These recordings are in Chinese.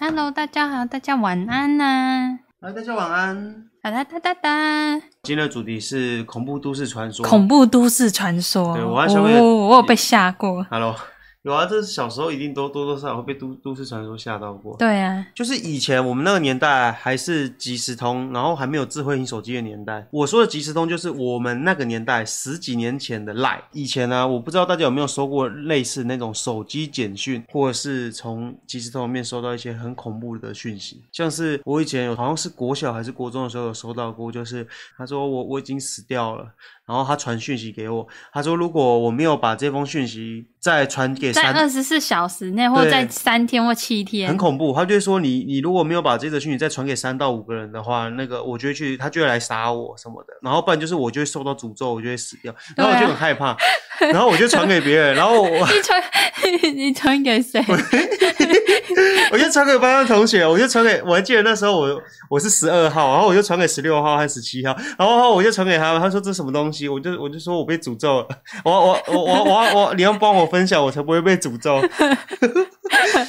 Hello，大家好，大家晚安呐、来，大家晚安。哒哒哒哒哒，今天的主题是恐怖都市传说。恐怖都市传说。对我还想问哦，我有被吓过。 Hello，有啊，这是小时候一定都多多少少会被都都市传说吓到过。对啊，就是以前我们那个年代还是即时通，然后还没有智慧型手机的年代。我说的即时通就是我们那个年代十几年前的 Line。以前呢、我不知道大家有没有收过类似那种手机简讯，或者是从即时通里面收到一些很恐怖的讯息，像是我以前有好像是国小还是国中的时候有收到过，就是他说我我已经死掉了。然后他传讯息给我，他说如果我没有把这封讯息再传给在三二十四小时内，或对在三天或七天很，恐怖。他就会说你，你如果没有把这则讯息再传给三到五个人的话，那个我就会去，他就会来杀我什么的。然后不然就是我就会受到诅咒，我就会死掉。然后我对啊就很害怕，然后我就传给别人，然后我你传 你传给谁？我就传给班上同学，我就传给，我还记得那时候我我是十二号，然后我就传给十六号和十七号，然后我就传给他们，他说这什么东西，我就我就说我被诅咒了，我我我我我我，你要帮我分享，我才不会被诅咒。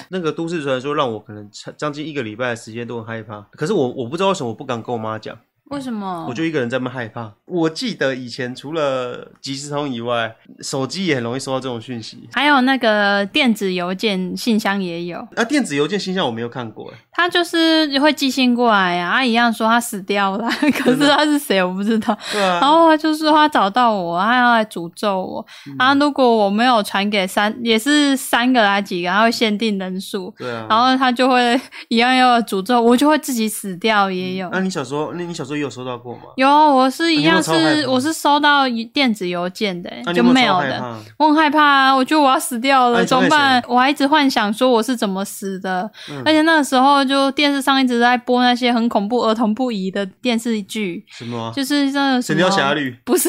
那个都市传说让我可能差将近一个礼拜的时间都很害怕，可是我我不知道为什么我不敢跟我妈讲。为什么？我就一个人在那边害怕。哦我记得以前除了即时通以外，手机也很容易收到这种讯息。还有那个电子邮件信箱也有，啊，电子邮件信箱我没有看过，哎他就是会寄信过来呀、啊，一样说他死掉了， 可是他是谁我不知道。对啊，然后他就说他找到我，他要来诅咒我。嗯然后如果我没有传给三，也是三个来几个，他会限定人数，对啊。然后他就会一样要诅咒我，就会自己死掉也有。那、你小时候，那你小时候也有收到过吗？有，我是一样嗯啊你有没有超害是怕我是收到一电子邮件的、啊、你就有没没有有超害的。怕？我很害怕啊，我觉得我要死掉啊了，你怎传么给办？我还一直幻想说我是怎么死的，嗯而且那个时候就电视上一直在播那些很恐怖、儿童不宜的电视剧，什么啊？就是那个什神么雕侠侣？不是，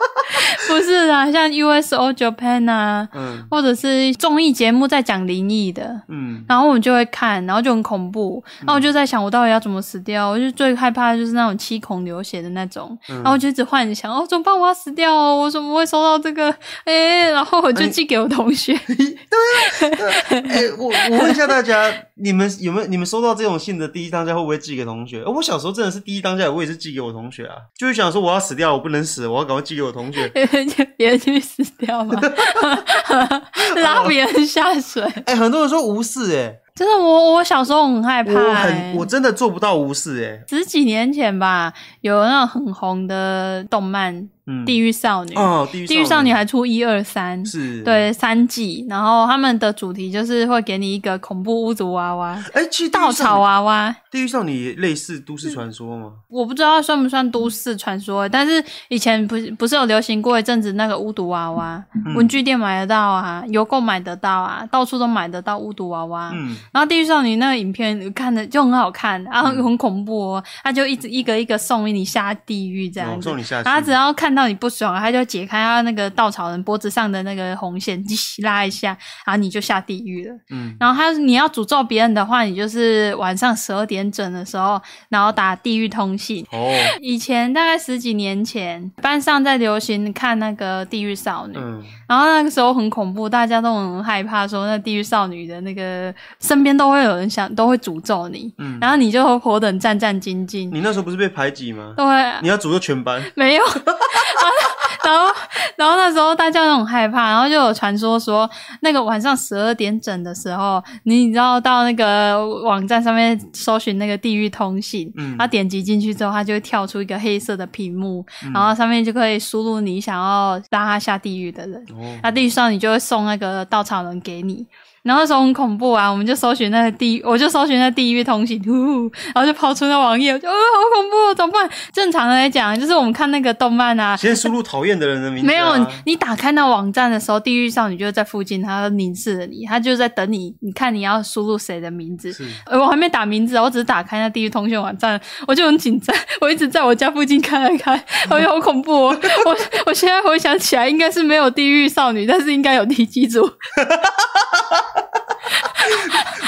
不是啊，像 USO Japan 啊，嗯或者是综艺节目在讲灵异的， 嗯，然后我们就会看，然后就很恐怖，然后我就在想，我到底要怎么死掉？我就最害怕的就是那种七孔流血的那种，嗯然后我就一直幻想，哦，怎么办？我要死掉哦，我怎么会收到这个？哎，然后我就寄给我同学， 哎、我我问一下大家，你们有没有你们收到这种信的第一当下会不会寄给同学？呃我小时候真的是第一当下，我也是寄给我同学啊，就是想说我要死掉，我不能死，我要赶快寄给我同学。别去死掉 嘛，拉别人下水。哎、很多人说无视、 哎，真的，我我小时候很害怕、我哎很我真的做不到无视、哎，十几年前吧，有那种很红的动漫嗯《地狱少女》哦，地狱地狱少女还出一二三，是，对三季，然后他们的主题就是会给你一个恐怖屋主娃娃、哎、其实地狱稻草少女，娃娃。地狱少女也类似都市传说嘛，我不知道算不算都市传说，但是以前不是不是有流行过一阵子那个巫毒娃娃，嗯文具店买得到啊，邮购买得到啊，到处都买得到巫毒娃娃。嗯，然后《地狱少女》那个影片看的就很好看，然、后很恐怖哦，他就一直一个一个送你下地狱这样啊我子哦送。你下去，然后只要看到你不爽，他就解开他那个稻草人脖子上的那个红线，拉一下，然后你就下地狱了。嗯，然后他你要诅咒别人的话，你就是晚上十二点整的时候，然后打地狱通信。 哦，以前大概十几年前，班上在流行看那个《地狱少女》嗯，然后那个时候很恐怖，大家都很害怕，说那地狱少女的那个身边都会有人想，都会诅咒你，嗯然后你就活得很战战兢兢，你那时候不是被排挤吗？都会你要诅咒全班，没有。 然后，然后那时候大家都很害怕，然后就有传说说，那个晚上十二点整的时候，你知道到那个网站上面搜寻那个地狱通信，嗯然后点击进去之后，它就会跳出一个黑色的屏幕，嗯然后上面就可以输入你想要让他下地狱的人，哦，那地狱少女就会送那个稻草人给你。然后那时候很恐怖啊，我们就搜寻那个地，我就搜寻那地狱通行，呼，然后就跑出那网页，我就哦，好恐怖、哦，怎么办？正常的来讲，就是我们看那个动漫啊，先输入讨厌的人的名字、啊，没有你你打开那网站的时候，地狱少女就在附近，她凝视着你，她就在等你，你看你要输入谁的名字。是，呃，我还没打名字啊，我只是打开那地狱通讯网站，我就很紧张，我一直在我家附近看了看，哎呦，好恐怖哦！我我现在回想起来，应该是没有地狱少女，但是应该有地基组。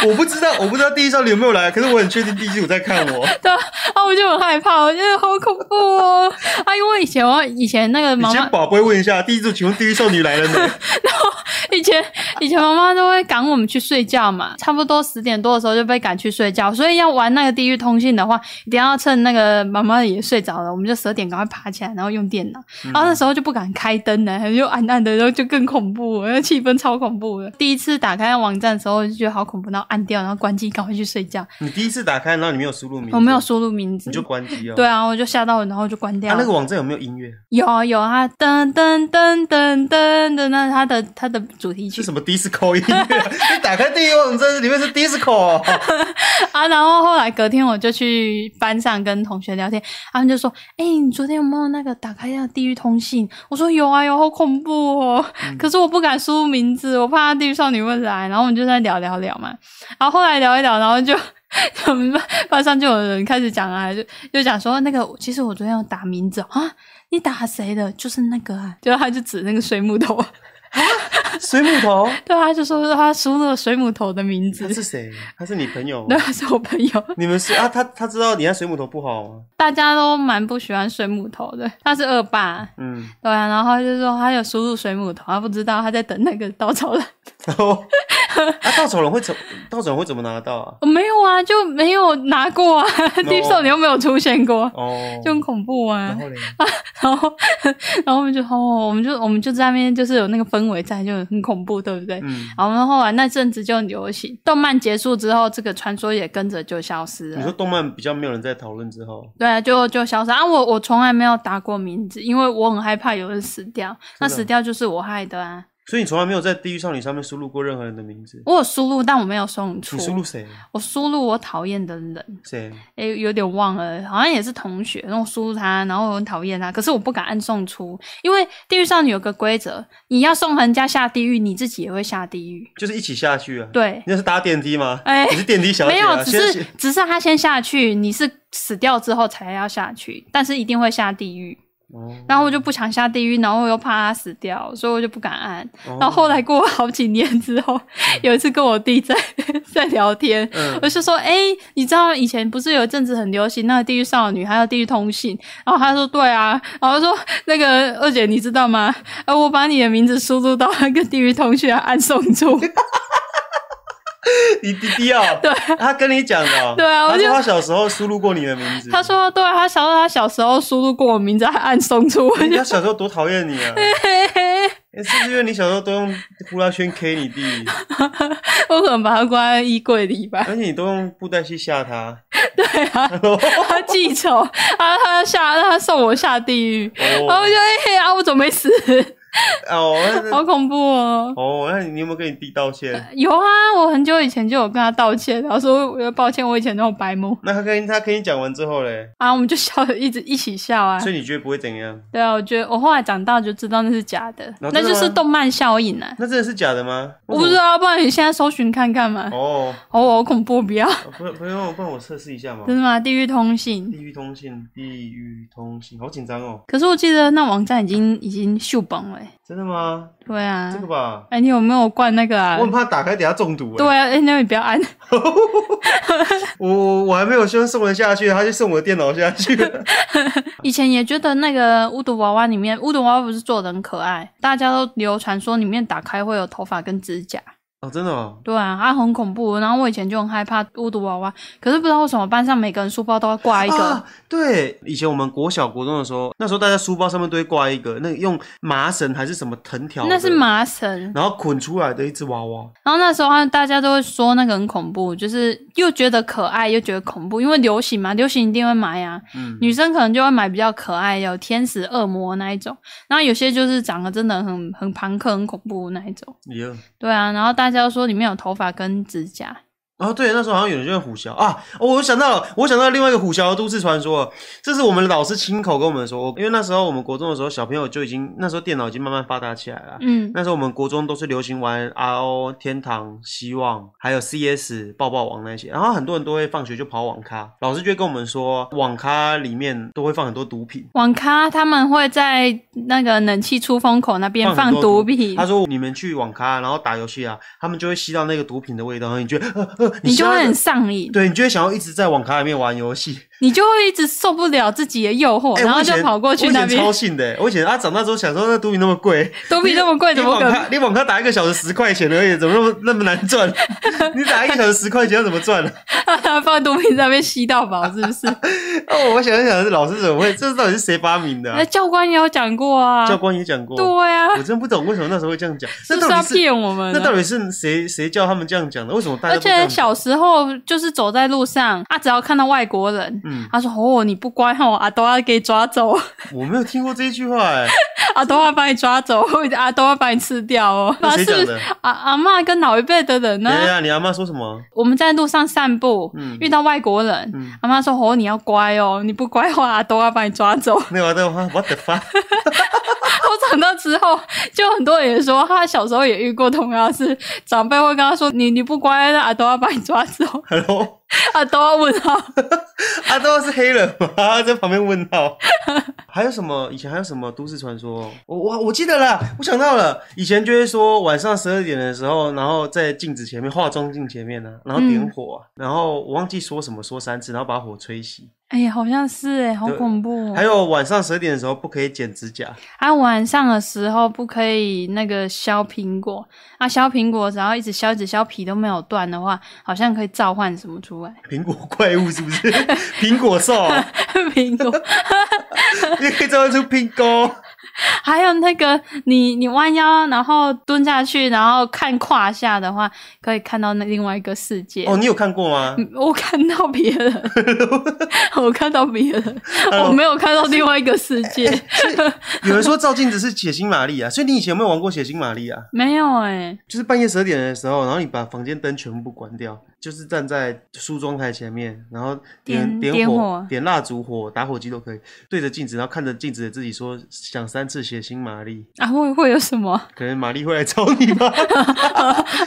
我不知道，我不知道地狱少女有没有来，啊可是我很确定地狱组在看我，对啊，啊，我就很害怕，我觉得好恐怖哦！啊，因为以前我以前那个你妈先妈，宝贝问一下，地狱组，请问地狱少女来了没？以以前以前妈妈都会赶我们去睡觉嘛，差不多十点多的时候就被赶去睡觉，所以要玩那个地狱通信的话，一定要趁那个妈妈也睡着了，我们就十二点赶快爬起来，然后用电脑。然后那时候就不敢开灯了，就暗暗的，然后就更恐怖了，那气氛超恐怖的。第一次打开网站的时候就觉得好恐怖，然后按掉，然后关机，赶快去睡觉。你第一次打开，然后你没有输入名字，我没有，输入名字你，就关机哦。对啊，啊，我就吓到，然后就关掉那了。个网站有没有音乐？有啊有啊，噔噔噔噔噔的，那它的它的主题曲是什么 disco 音乐？ 你打开第一网站，里面是 disco， 啊，然后后来隔天我就去班上跟同学聊天，他们就说：“哎、你昨天有没有那个打开那个地狱通信？”我说：“有啊，有，好恐怖哦！嗯可是我不敢输入名字，我怕地狱少女会来。”然后我们就在聊聊聊嘛，然后后来聊一聊，然后就我们班班上就有人开始讲啊，就就讲说那个，其实我昨天有打名字哦啊，你打谁的？就是那个啊，就他就指那个水母头， 水母头，对，啊他就说他输入了水母头的名字他，是谁？他是你朋友吗对，？他是我朋友。你们是啊？他他知道你和水母头不好吗？大家都蛮不喜欢水母头的，他是恶霸，嗯，对啊，然后他就说他有输入水母头，他不知道他在等那个稻草人。 然后啊，稻草人会怎稻草人会怎么拿到啊？我没有啊，就没有拿过啊， 地兽你又没有出现过，哦，就很恐怖啊然。后嘞，然后， 然后我们就哦，我们就我们就在那边就是有那个氛围在，就很恐怖，对不对？嗯，然后后来那阵子就很流行，动漫结束之后，这个传说也跟着就消失你说了。动漫比较没有人在讨论之后，对啊，就就消失啊！我我从来没有打过名字，因为我很害怕有人死掉，那真的死掉就是我害的啊。所以你从来没有在地狱少女上面输入过任何人的名字。我有输入，但我没有送出。你输入谁？我输入我讨厌的人，谁？诶、有点忘了，好像也是同学，然后我输入他，然后我很讨厌他，可是我不敢按送出，因为地狱少女有个规则，你要送人家下地狱，你自己也会下地狱。就是一起下去啊。，对，那是搭电梯吗？哎你是电梯小姐、没啊，有，只先是只是他先下去，你是死掉之后才要下去，但是一定会下地狱。哦然后我就不想下地狱，然后我又怕他死掉，所以我就不敢按。哦然后后来过了好几年之后，有一次跟我弟在 在聊天，嗯我就说：“哎、你知道以前不是有一阵子很流行那个地狱少女，还有地狱通信？”然后他说：“对啊。”然后我说：“那个二姐，你知道吗？呃，我把你的名字输入到那个地狱通讯，按送出。你弟弟哦， 对他跟你讲的、哦，对啊我他说就他小时候输入过你的名” 字，他说：“对啊，他想到他小时候输入过我名字，还按送 出。”我哎就他小时候多讨 厌你啊，嘿嘿嘿，哎是不是因为你小时候都用呼啦圈 K 你弟，我可能把它关在衣柜里吧。 而且你都用布袋戏吓他，对啊，他记仇，他他下他送我下地狱，然后我哦就哎、嘿啊，我怎么没死？ 哦那好恐怖哦！哦，那你有没有跟你弟道歉？有啊，我很久以前就有跟他道歉，然后说我抱歉，我以前那种白目那他跟他跟你讲完之后嘞，啊，我们就笑，一直一起笑啊。所以你觉得不会怎样？对啊，我觉得我后来长大就知道那是假的，哦真的吗那就是动漫效应啊。那真的是假的吗？我不知道，不然你现在搜寻看看嘛。哦，哦，好恐怖，不要，不不用，不然我测试一下嘛。真的吗？地狱通信。地狱通信，地狱通信，好紧张哦！可是我记得那网站已经已经秀崩了欸。真的吗？对啊这，个吧，哎、你有没有灌那个啊我？很怕打开等下中毒、欸。对啊，哎、那你不要按。我我还没有先送人下去，他就送我的电脑下去 了。 以前也觉得那个巫毒娃娃里面，巫毒娃娃不是做的很可爱，大家都流传说里面打开会有头发跟指甲。哦，真的哦，对啊，它很恐怖。然后我以前就很害怕巫毒娃娃，可是不知道为什么班上每个人书包都要挂一个，啊，对，以前我们国小国中的时候，那时候大家书包上面都会挂一个，那个用麻绳还是什么藤条，那是，麻绳。然后捆出来的一只娃娃。然后那时候啊大家都会说那个很恐怖，就是又觉得可爱又觉得恐怖，因为流行嘛，流行一定会买啊。嗯，女生可能就会买比较可爱，有天使、恶魔那一种。然后有些就是长得真的很很朋克、很恐怖那一种。也对啊，然后大家都说里面有头发跟指甲，啊，对，那时候好像有人就在虎啸啊、哦，我想到了，我想到另外一个虎啸的都市传说，这是我们的老师亲口跟我们说，因为那时候我们国中的时候，小朋友就已经那时候电脑已经慢慢发达起来了，嗯，那时候我们国中都是流行玩 RO、天堂、希望，还有 CS、抱抱网那些，然后很多人都会放学就跑网咖，老师就会跟我们说，网咖里面都会放很多毒品。网咖他们会在那个冷气出风口那边很放多毒品品，他说你们去网咖，然后打游戏啊，他们就会吸到那个毒品的味道，然后你觉得，呃呃，你就吸到会那个很上瘾。对，你就会想要一直在网咖里面玩游戏。你就会一直受不了自己的诱惑，哎哦然我后以就前跑过去那我以前 超边。信的、我以前啊，长大之后想说那毒品那么贵，毒 品那么贵，你怎么网可能？咖你网咖打一个小时十块钱而已，怎么那么那么难 赚？你打一个小时十块钱要怎么赚呢、放毒品在那边吸到饱，是不 是？哦，我想一想，老师怎么会？这到底是谁发明的啊、那哎教官也有讲过啊，教官也讲过，对啊，我真不懂为什么那时候会 这样讲。是那不是到要底是骗我们那呢？到底是谁谁叫他们这样讲的？为什么大家而都这样且讲小时候就是走在路上啊，只要看到外国人，嗯，他说：“哦，你不乖哦，阿都要给抓走， 我没有听过这一句话哎、阿都要把你抓走，或者阿都要把你吃掉哦。”那啊，谁是讲不是的？哎阿阿嬷跟老一辈的人呢、等一下，啊你阿妈说什么？我们在路上散步，嗯遇到外国人，嗯阿妈说：“哦，你要乖哦，你不乖的话，阿都要把你抓走。” 那个的话，what the fuck？ 我长大之后，就很多人也说，他小时候也遇过同样的事，长辈会跟他说：“你你不乖，那阿都要把你抓走， Hello，阿都要问 哎他。阿豆啊是黑人吗？在旁边问号。还有什么？以前还有什么都市传说？我我我记得了，我想到了，以前就会说晚上十二点的时候，然后在镜子前面化妆镜前面呢、啊然后点火、然后我忘记说什么说三次，然后把火吹熄。哎呀，好像是哎，好对恐怖、还哦！有晚上十二点的时候不可以剪指甲，啊，晚上的时候不可以那个削苹果，啊，削苹果只要一直削，一直削皮都没有断的话，好像可以召唤什么出来， 苹果怪物是不是？苹果兽，啊苹果。你可以召唤出苹果。 还有那个，你你弯腰，然后蹲下去，然后看胯下的话，可以看到那另外一个世界。哦，你有看过吗？嗯我看到别 人，我看到别人， Hello 我没有看到另外一个世 界。有人说照镜子是血腥玛丽啊，所以你以前有没有玩过血腥玛丽啊？没有哎、就是半夜十二点的时候，然后你把房间灯全部关掉，就是站在梳妆台前面，然后点点火、点火点蜡烛火、打火机都可以，对着镜子，然后看着镜子的自己说想三次血腥玛丽，啊会会有什么可能玛丽会来找你吧。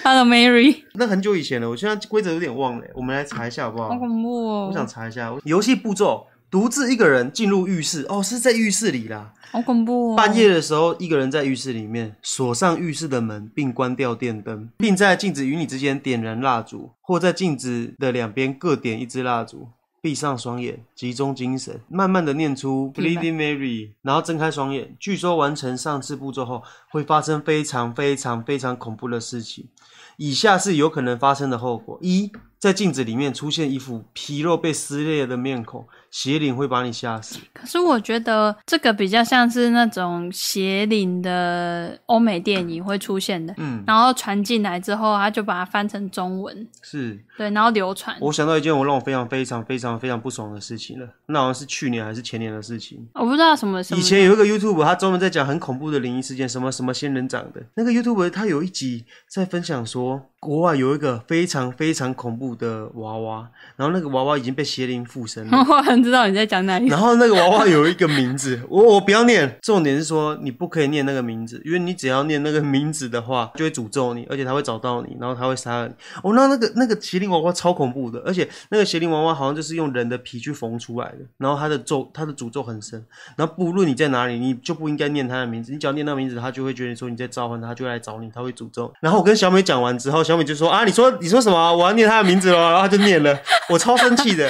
？Hello Mary，那很久以前了，我现在规则有点忘了，我们来查一下好不好好？恐怖我想哦，查一下游戏步骤。独自一个人进入浴室，哦，是在浴室里啦。好恐怖哦！半夜的时候，一个人在浴室里面锁上浴室的门，并关掉电灯，并在镜子与你之间点燃蜡烛，或在镜子的两边各点一支蜡烛。闭上双眼，集中精神，慢慢的念出 Bleeding Mary，然后睁开双眼。据说完成上次步骤后，会发生非常非常非常恐怖的事情。以下是有可能发生的后果：一，在镜子里面出现一副皮肉被撕裂的面孔，邪灵会把你吓死。可是我觉得这个比较像是那种邪灵的欧美电影会出现的，嗯，然后传进来之后，他就把它翻成中文，是。对，然后流传。我想到一件我让我非常非常非常非常不爽的事情了，那好像是去年还是前年的事情。我不知道什么什么以前有一个 YouTube，他专门在讲很恐怖的灵异事件，什么什么仙人掌的。那个 YouTube 他有一集在分享说，国外有一个非常非常恐怖的娃娃，然后那个娃娃已经被邪灵附身 了。我很知道你在讲哪一个然后那个娃娃有一个名字，我我不要念，重点是说你不可以念那个名字，因为你只要念那个名字的话，就会诅咒你，而且他会找到你，然后他会杀了你。哦，那那个那个麒麟娃娃超恐怖的，而且那个麒麟娃娃好像就是用人的皮去缝出来的，然后它的咒它的诅咒很深，然后不论你在哪里，你就不应该念他的名字，你只要念到名字，他就会觉得说你在召唤他，他就会来找你，他会诅咒你。然后我跟小美讲完之后，小美就说啊，你说你说什么？我要念他的名字了，然后他就念了，我超生气的，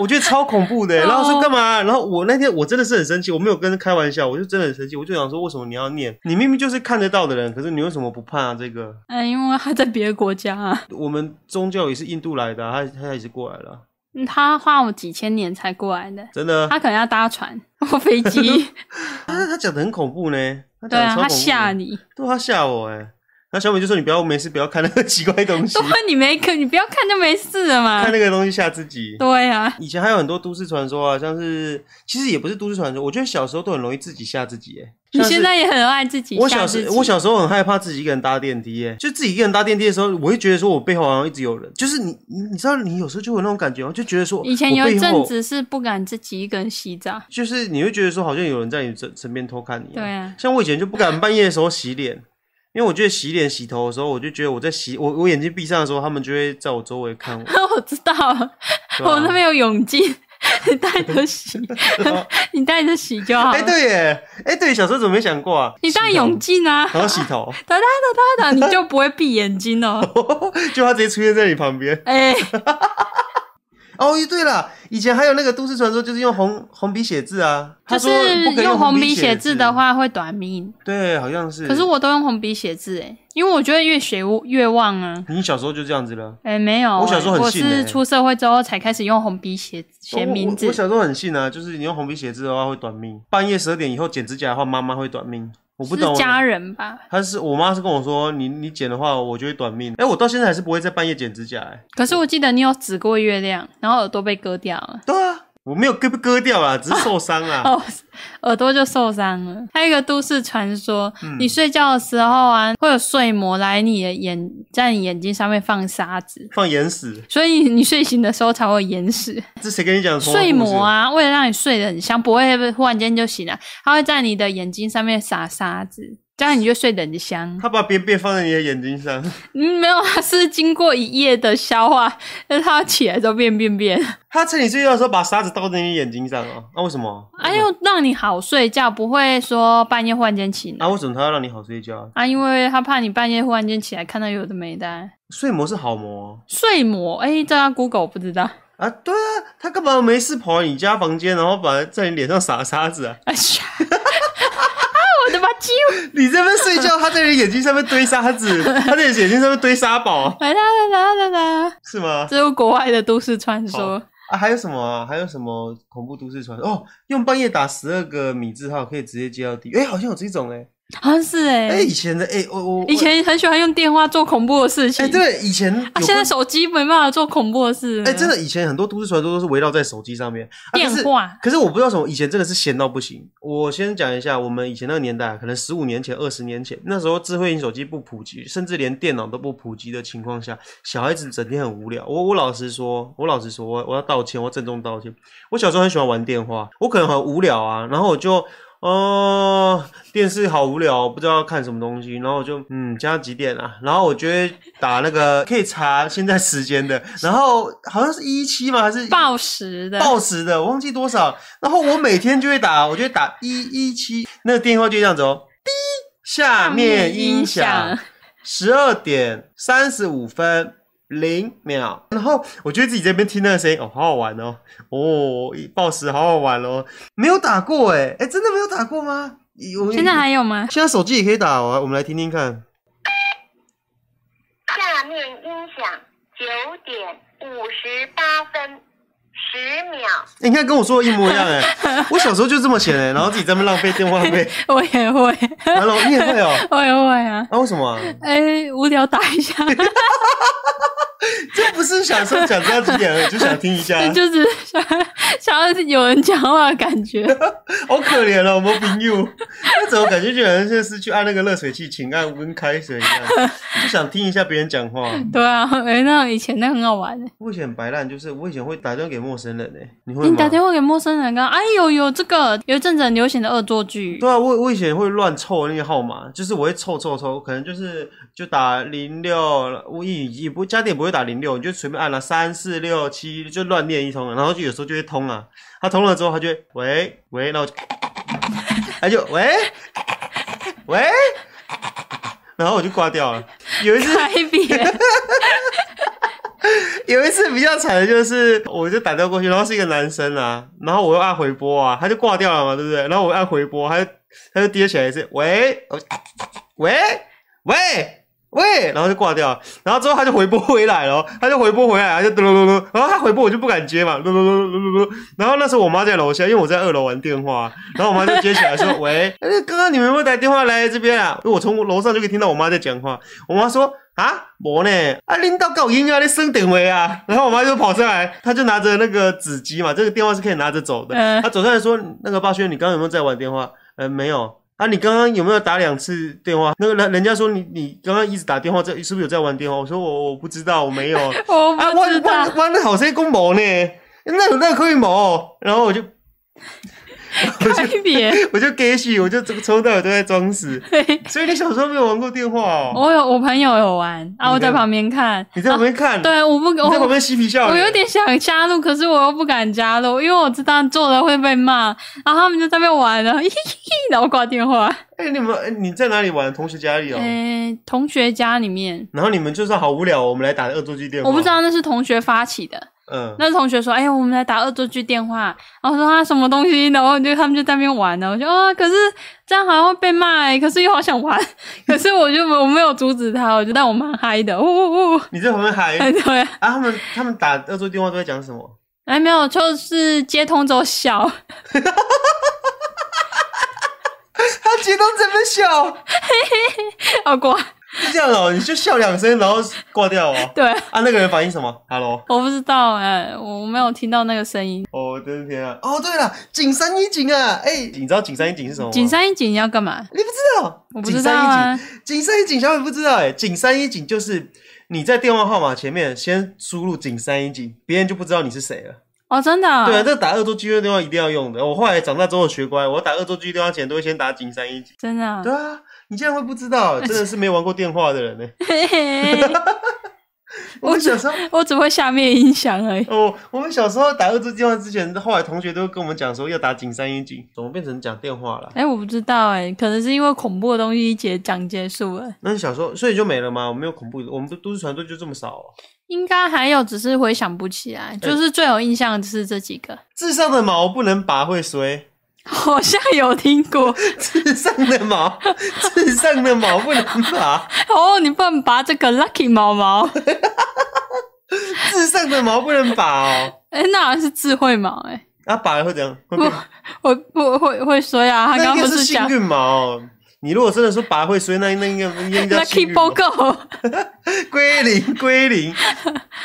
我觉得超恐怖的。然后说干嘛？啊然后我那天我真的是很生气，我没有跟他开玩笑，我就真的很生气，我就想说为什么你要念？你明明就是看得到的人，可是你为什么不怕这个？嗯，因为他在别的国家啊，我们宗教也是印度来的啊、他他也是过来了啊，嗯他花了几千年才过来的，真的。他可能要搭船 或飞 机，他他讲的很恐怖呢，他对讲的啊，超恐怖他的。吓你，对他吓我哎、欸。然后小美就说：“你不要没事，不要看那个 奇怪东 西对，，你没看，你不要看就没事了嘛看，那个东西吓自己。对啊，以前还有很多都市传说啊，像是其实也不是都市传说，我觉得小时候都很容易自己吓自己、欸。你像是现在也很爱自己我吓小自时己我小时候很害怕自己一个人搭电梯、欸，就自己一个人搭电梯的时候，我会觉得说我背后好像一直有人，就是你你你知道你有时候就有那种感觉哦吗？就觉得说以前我有背一阵后子是不敢自己一个人洗澡，就是你会觉得说好像有人在你身身边偷看你、对啊像我以前就不敢半夜的时候洗脸，因为我觉得洗脸洗头的时候，我就觉得我在洗我我眼睛闭上的时候，他们就会在我周围看我。 我知道了，对啊我那边有泳镜。 你带着 洗， 你带着洗就好哎、了。对耶，哎、对，小时候怎么没想过啊？你戴泳镜啊，然后洗头， 哒哒哒哒哒，你就不会闭眼睛哦。就他直接出现在你旁边。哎，哦，对了，以前还有那个都市传说，就是用红红笔写字啊。他就说是不可以用红笔写写字的，话会短命，对，好像是。可是我都用红笔写字诶，因为我觉得越写越忘啊。你小时候就这样子了。哎、没有、我小时候很我信欸是出社会之后才开始用红笔写写名我我字我。小时候很信啊，就是你用红笔写字的话会短命，半夜十二点以后剪指甲的话，妈妈会短命。我不懂是，家人吧？她是我妈是跟我说，你你剪的话，我就会短命。哎、我到现在还是不会在半夜剪指甲、哎，可是我记得你有指过月亮，然后耳朵被割掉了，对啊，我没有割被割掉啦，只是受伤 啦。哦，耳朵就受伤了。还有一个都市传说，嗯你睡觉的时候啊，会有睡魔来你的眼，在你眼睛上面放沙子，放眼屎，所以你睡醒的时候才会有眼屎。这谁跟你讲？睡魔！啊，为了让你睡得很香，不会忽然间就醒来，它会在你的眼睛上面撒沙子，这样你就睡得很香。他把便便放在你的眼睛上，嗯，没有，它是经过一夜的消化，但它起来之后变变变，他趁你睡觉的时候把沙子倒在你眼睛上哦。那、为什么？哎、啊，又让你好睡觉，不会说半夜忽然间醒来啊，为什么他要让你好睡觉啊？啊，因为他怕你半夜忽然间起来看到有的没的啊。睡魔是好魔睡魔，哎、这要 Google 我不知道。啊，对啊，他干嘛没事跑来你家房间，然后把在你脸上撒沙子啊？ 哎呀，啊，我的妈鸡！你这边睡觉，他在你眼睛上面堆沙子，他在你眼睛上面堆沙堡，来啦啦啦啦啦！是吗？这是国外的都市传说。啊，还有什么啊？还有什么恐怖都市传说？哦，用半夜打十二个米字号可以直接接到底。哎、好像有这种哎、好像是哎、哎、以前的哎、我我我以前很喜欢用电话做恐怖的事情，哎、对，以前有啊，现在手机没办法做恐怖的事。哎、真的，以前很多都市传说都是围绕在手机上面。啊、电可是话可是我不知道什么，以前真的是闲到不行。我先讲一下，我们以前那个年代，可能十五年前、二十年前，那时候智慧型手机不普及，甚至连电脑都不普及的情况下，小孩子整天很无聊。我我老实说，我老实说，我我要道歉，我要郑重道歉。我小时候很喜欢玩电话，我可能很无聊啊，然后我就。哦，电视好无聊，不知道要看什么东西，然后我就嗯，加到几点啊？然后我就会打那个可以查现在时间的，然后好像是一七吗？还是报时的， 报时的，我忘记多少。然后我每天就会打，我就会打一一七，那个电话就这样子哦，滴，下面音响，十二点三十五分零秒。然后我就会自己在那边听那个声音，哦，好好玩哦，哦，报时好好玩哦，没有打过哎、哎、真的没有打过吗？我现在还有吗？现在手机也可以打哦，我们来听听看。下面音响九点五十八分十秒。哎你看跟我说的一模一样哎、我小时候就这么闲哎、然后自己在那边浪费电话费，我也会， 完了你也会哦、我也会啊。啊，为什么啊、哎、无聊打 一下，这不是想说讲到几点而已，就想听一下， 就是想想要有人讲话的感 觉。好可怜哦，我们朋友，那怎么感觉就好像是去按那个热水器，请按温开水一样， 就想听一下别人讲话。对啊，哎、那种以前那很好玩、欸。我以前很白烂，就是我以前会打电话给陌生人诶、欸你会你打吗？电话给陌生人刚，哎呦有这个有一阵子很流行的恶作剧，对啊，我我以前会乱凑那个号码，就是我会凑凑凑，可能就是就打零六，我也也不家电不会打零六，你就随便按了三四六七，就乱念一通，啊然后就有时候就会通啊。他通了之后，他就会喂喂，然后我就，他就喂喂，然后我就挂掉了。有一次开别。有一次比较惨的就是，我就打掉过去，然后是一个男生啊，然后我又按回拨啊，他就挂掉了嘛，对不对？然后我按回拨，他就他就跌起来一次，喂，我哎喂喂喂，然后就挂掉了，然后之后他就回拨回来了，哦他就回拨回来，他就嘟噜噜噜，然后他回拨我就不敢接嘛，嘟噜噜噜噜噜，然后那时候我妈在楼下，因为我在二楼玩电话，然后我妈就接起来说， 喂，哎刚刚你们有没有打电话来这边啊？因为我从楼上就可以听到我妈在讲话，我妈说啊，没呢，啊，领导搞音啊，你生等位啊。然后我妈就跑上来，她就拿着那个纸机嘛，这个电话是可以拿着走的。嗯她走上来说，那个霸轩，你刚刚有没有在玩电话？呃，没有。啊，你刚刚有没有打两次电话？那个人人家说你你刚刚一直打电话，在是不是有在玩电话？我说我我不知道，我没有。啊， 我不我知道，我我那好谁公谋呢？那有那可以谋，然后我就开别。我就 gay 戏，我就从头到尾都在 装死。所以你小时候没有玩过电话哦？我有我朋友有玩啊，你我在在旁边看。你在旁边看，啊对，我不你在旁我边嬉皮笑脸。我有点想加入，可是我又不敢加入，因为我知道做了会被骂，然后他 们就在那边玩了，嘿嘿嘿然后挂电话。哎、你们哎你在哪里玩？同学家里哦。嗯、同学家里面，然后你们就说好无聊哦，我们来打恶作剧电话。我不知。道那是同学发起的，嗯，那同学说：“哎、我们来打恶作剧电话。”然后我说：“啊，什么东西？”然后就他们就在那边玩呢。我就啊，可是这样好像会被骂、欸，可是又好想玩，可是我就我没有阻止他，我就但我蛮嗨的，呜呜呜，你在旁边喊，哎对啊，啊，他们他们打恶作剧电话都在讲 什么？哎没有，就是接通之后笑， 他姐都怎么笑？好过，是这样哦，你就笑两声，然后挂掉哦。对，啊，那个人反应什么？Hello，我不知道哎、我没有听到那个声音。哦，我的天啊！哦，对了，景山一景啊，哎、你知道景山一景是什么吗？景山一景要干嘛？你不知道？我不景知道山一景啊，景山一景，小美不知道哎、景山一景就是你在电话号码前面先输入景山一景，别人就不知道你是谁了。哦，真的、对啊，这打恶作剧的电话一定要用的。我后来长大之后学乖，我打恶作剧电话前都会先打景山一景。真的啊、对啊，你竟然会不知道，真的是没玩过电话的人呢、嘿嘿嘿 我们小时候。 我只会下面音响而已。 哦，我们小时候打恶作剧电话之前，后来同学都跟我们讲说要打景山一景，怎么变成讲电话了？哎、我不知道哎、可能是因为恐怖的东西一节讲结束了，那你小时候，所以就没了吗？我没有恐怖，我们都都市传说就这么少、 哦。应该还有，只是回想不起来。哎就是最有印象的是这几个， 智上的毛不能拔会衰，好像有听过。 智上的毛，智上的毛不能拔，哦，你不能拔这个 lucky 毛 毛，智上的毛不能拔哦。哎、那好像是智慧毛哎、啊，拔了会怎样？会变？我不会会衰啊，他那刚应刚该不是幸讲运毛。你如果真的说拔会衰，那 那应该应 该叫幸 lucky 运毛 bogo。归零 归零，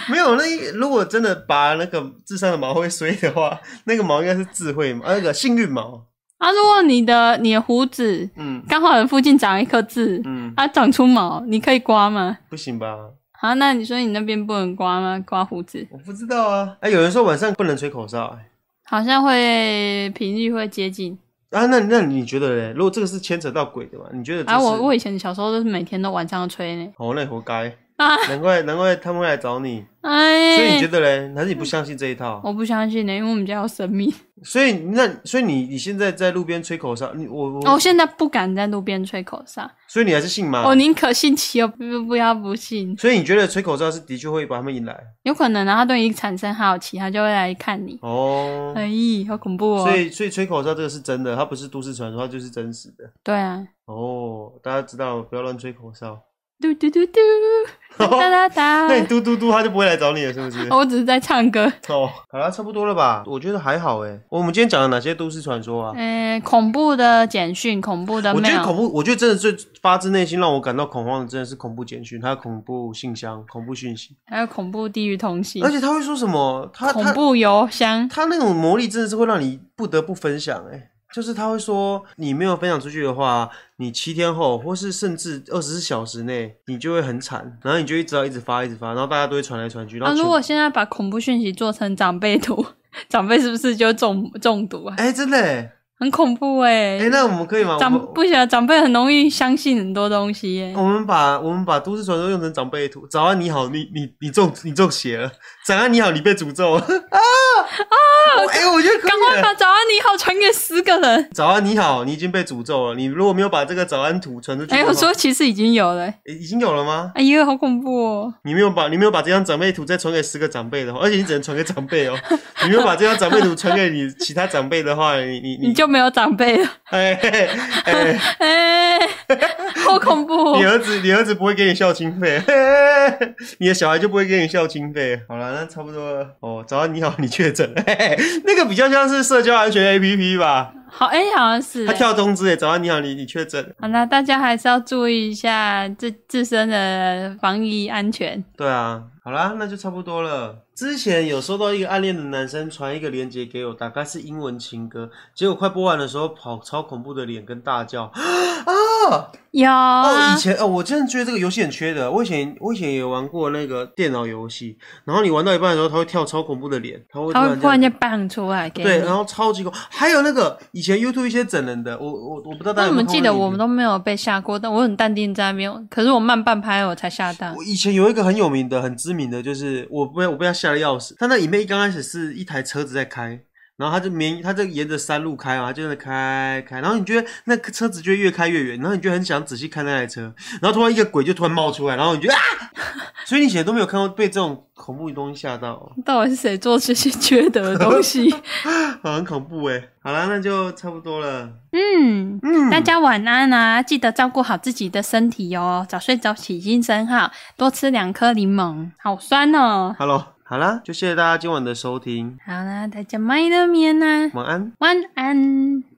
没有那一如果真的拔那个智商的毛会衰的话， 那个毛应该是智慧毛，呃那个幸运毛。啊，如果你的你的胡子嗯刚好附近长一颗痣，嗯，它、长出毛，你可以刮吗？不行吧？啊，那你说你那边不能刮吗？刮胡子我不知道啊。哎、有人说晚上不能吹口哨、哎好像会频率会接近。啊，那那你觉得嘞？如果这个是牵扯到鬼的嘛？你觉得这是？啊，我我以前小时候都是每天都晚上吹呢。哦，那你活该，啊，难怪难怪他们会来找你。哎，所以你觉得嘞？还是你不相信这一套？我不相信呢，因为我们家有神明。所以那所以你你现在在路边吹口哨，你我我，啊我现在不敢在路边吹口哨，所以你还是信吗？我宁可信其有，不不要不信。所以你觉得吹口哨是的确会把他们引来？有可能啊，他对你产生好奇，他就会来看你。哦，哎，好恐怖哦！所以，所以吹口哨这个是真的，它不是都市传说，它就是真实的。对啊，哦，大家知道不要乱吹口哨。嘟嘟 嘟嘟，哒哒哒哦那。你嘟嘟嘟，它就不会来找你了，是不是？我只是在唱歌。哦，好啦，差不多了吧？我觉得还好哎。我们今天讲了哪些都市传说啊？嗯，恐怖的简讯，恐怖的我觉得 mail，恐怖，我觉得真的最发自内心让我感到恐慌的，真的是恐怖简讯，还有恐怖信箱、恐怖讯息，还有恐怖地狱通信而，且他会说什么？他恐他怖邮箱。他那种魔力真的是会让你不得不分享哎、就是他会说你没有分享出去的话，你七天后或是甚至二十四小时内，你就会很惨，然后你就一直要一直发一直发，然后大家都会传来传去，然那、后啊如全果现在把恐怖讯息做成长辈图， 长辈是不是就中中毒啊？哎、真的哎、很恐怖哎、哎、那我们可以吗？我们长不行啊，长辈很容易相信很多东西耶、我们把我们把都市传说用成长辈图，早安你好，你你你中你中邪了，早安你好，你被诅咒了 啊啊！哎、我觉得可赶以快耶。把早安你好传给十个 人。早安你好，你已经被诅咒了。你如果没有把这个早安图传出去，哎、我说其实已经有了、欸，已经有了吗？哎呦，好恐怖哦！你没有把你没有把这张长辈图再传给十个长辈的话，而且你只能传给长辈哦。 你没有把这张长辈图传给你其他长辈的话，你你你就没有长辈了，哎哎哎，哎、 好恐怖、你哦！儿子你儿子不会给你孝亲费， 嘿嘿嘿你的小孩就不会给你孝亲费。好了，那差不多了。哦，早上你好，你确诊， 嘿嘿那个比较像是社交安全 APP 吧？好，哎、好像是、它欸。跳通知诶，早上你好，你你确诊。好啦，大家还是要注意一下自自身的防疫安全。对啊，好啦，那就差不多了。之前有收到一个暗恋的男生传一个链接给我，大概是英文情歌，结果快播完的时候跑超恐怖的脸跟大叫啊！有哦，啊以，前哦，我真的觉得这个游戏很缺德。我以前我以前也玩过那个电脑游戏，然后你玩到一半的时候，它会跳超恐怖的脸，它会突他会然突然这间样蹦出来给你。对，然后超级恐。还有那个以前 YouTube 一些整人的，我我我不知道大那你家有没有们看过记那得个我影们片都没有被吓过，但我很淡定在那边。可是我慢半拍，我才吓到。我以前有一个很有名的、很知名的，就是我被我被他吓得要死。他那影片一刚开始是一台车子在开，然后他就绵，他就沿着山路开嘛，他就在那开开，然后你觉得那个车子就会越开越远，然后你就很想仔细看那台车，然后突然一个鬼就突然冒出来，然后你就啊，所以你以前都没有看过被这种恐怖的东西吓到哦，到底是谁做这些缺德的东 西？啊很恐怖哎。好啦，那就差不多了。嗯，嗯，大家晚安啊！记得照顾好自己的身体哦，早睡早起精神好，多吃两颗柠檬，好酸哦。 ，Hello，好啦，就谢谢大家今晚的收听，好啦，大家麦乐眠啦，晚安。啊晚安。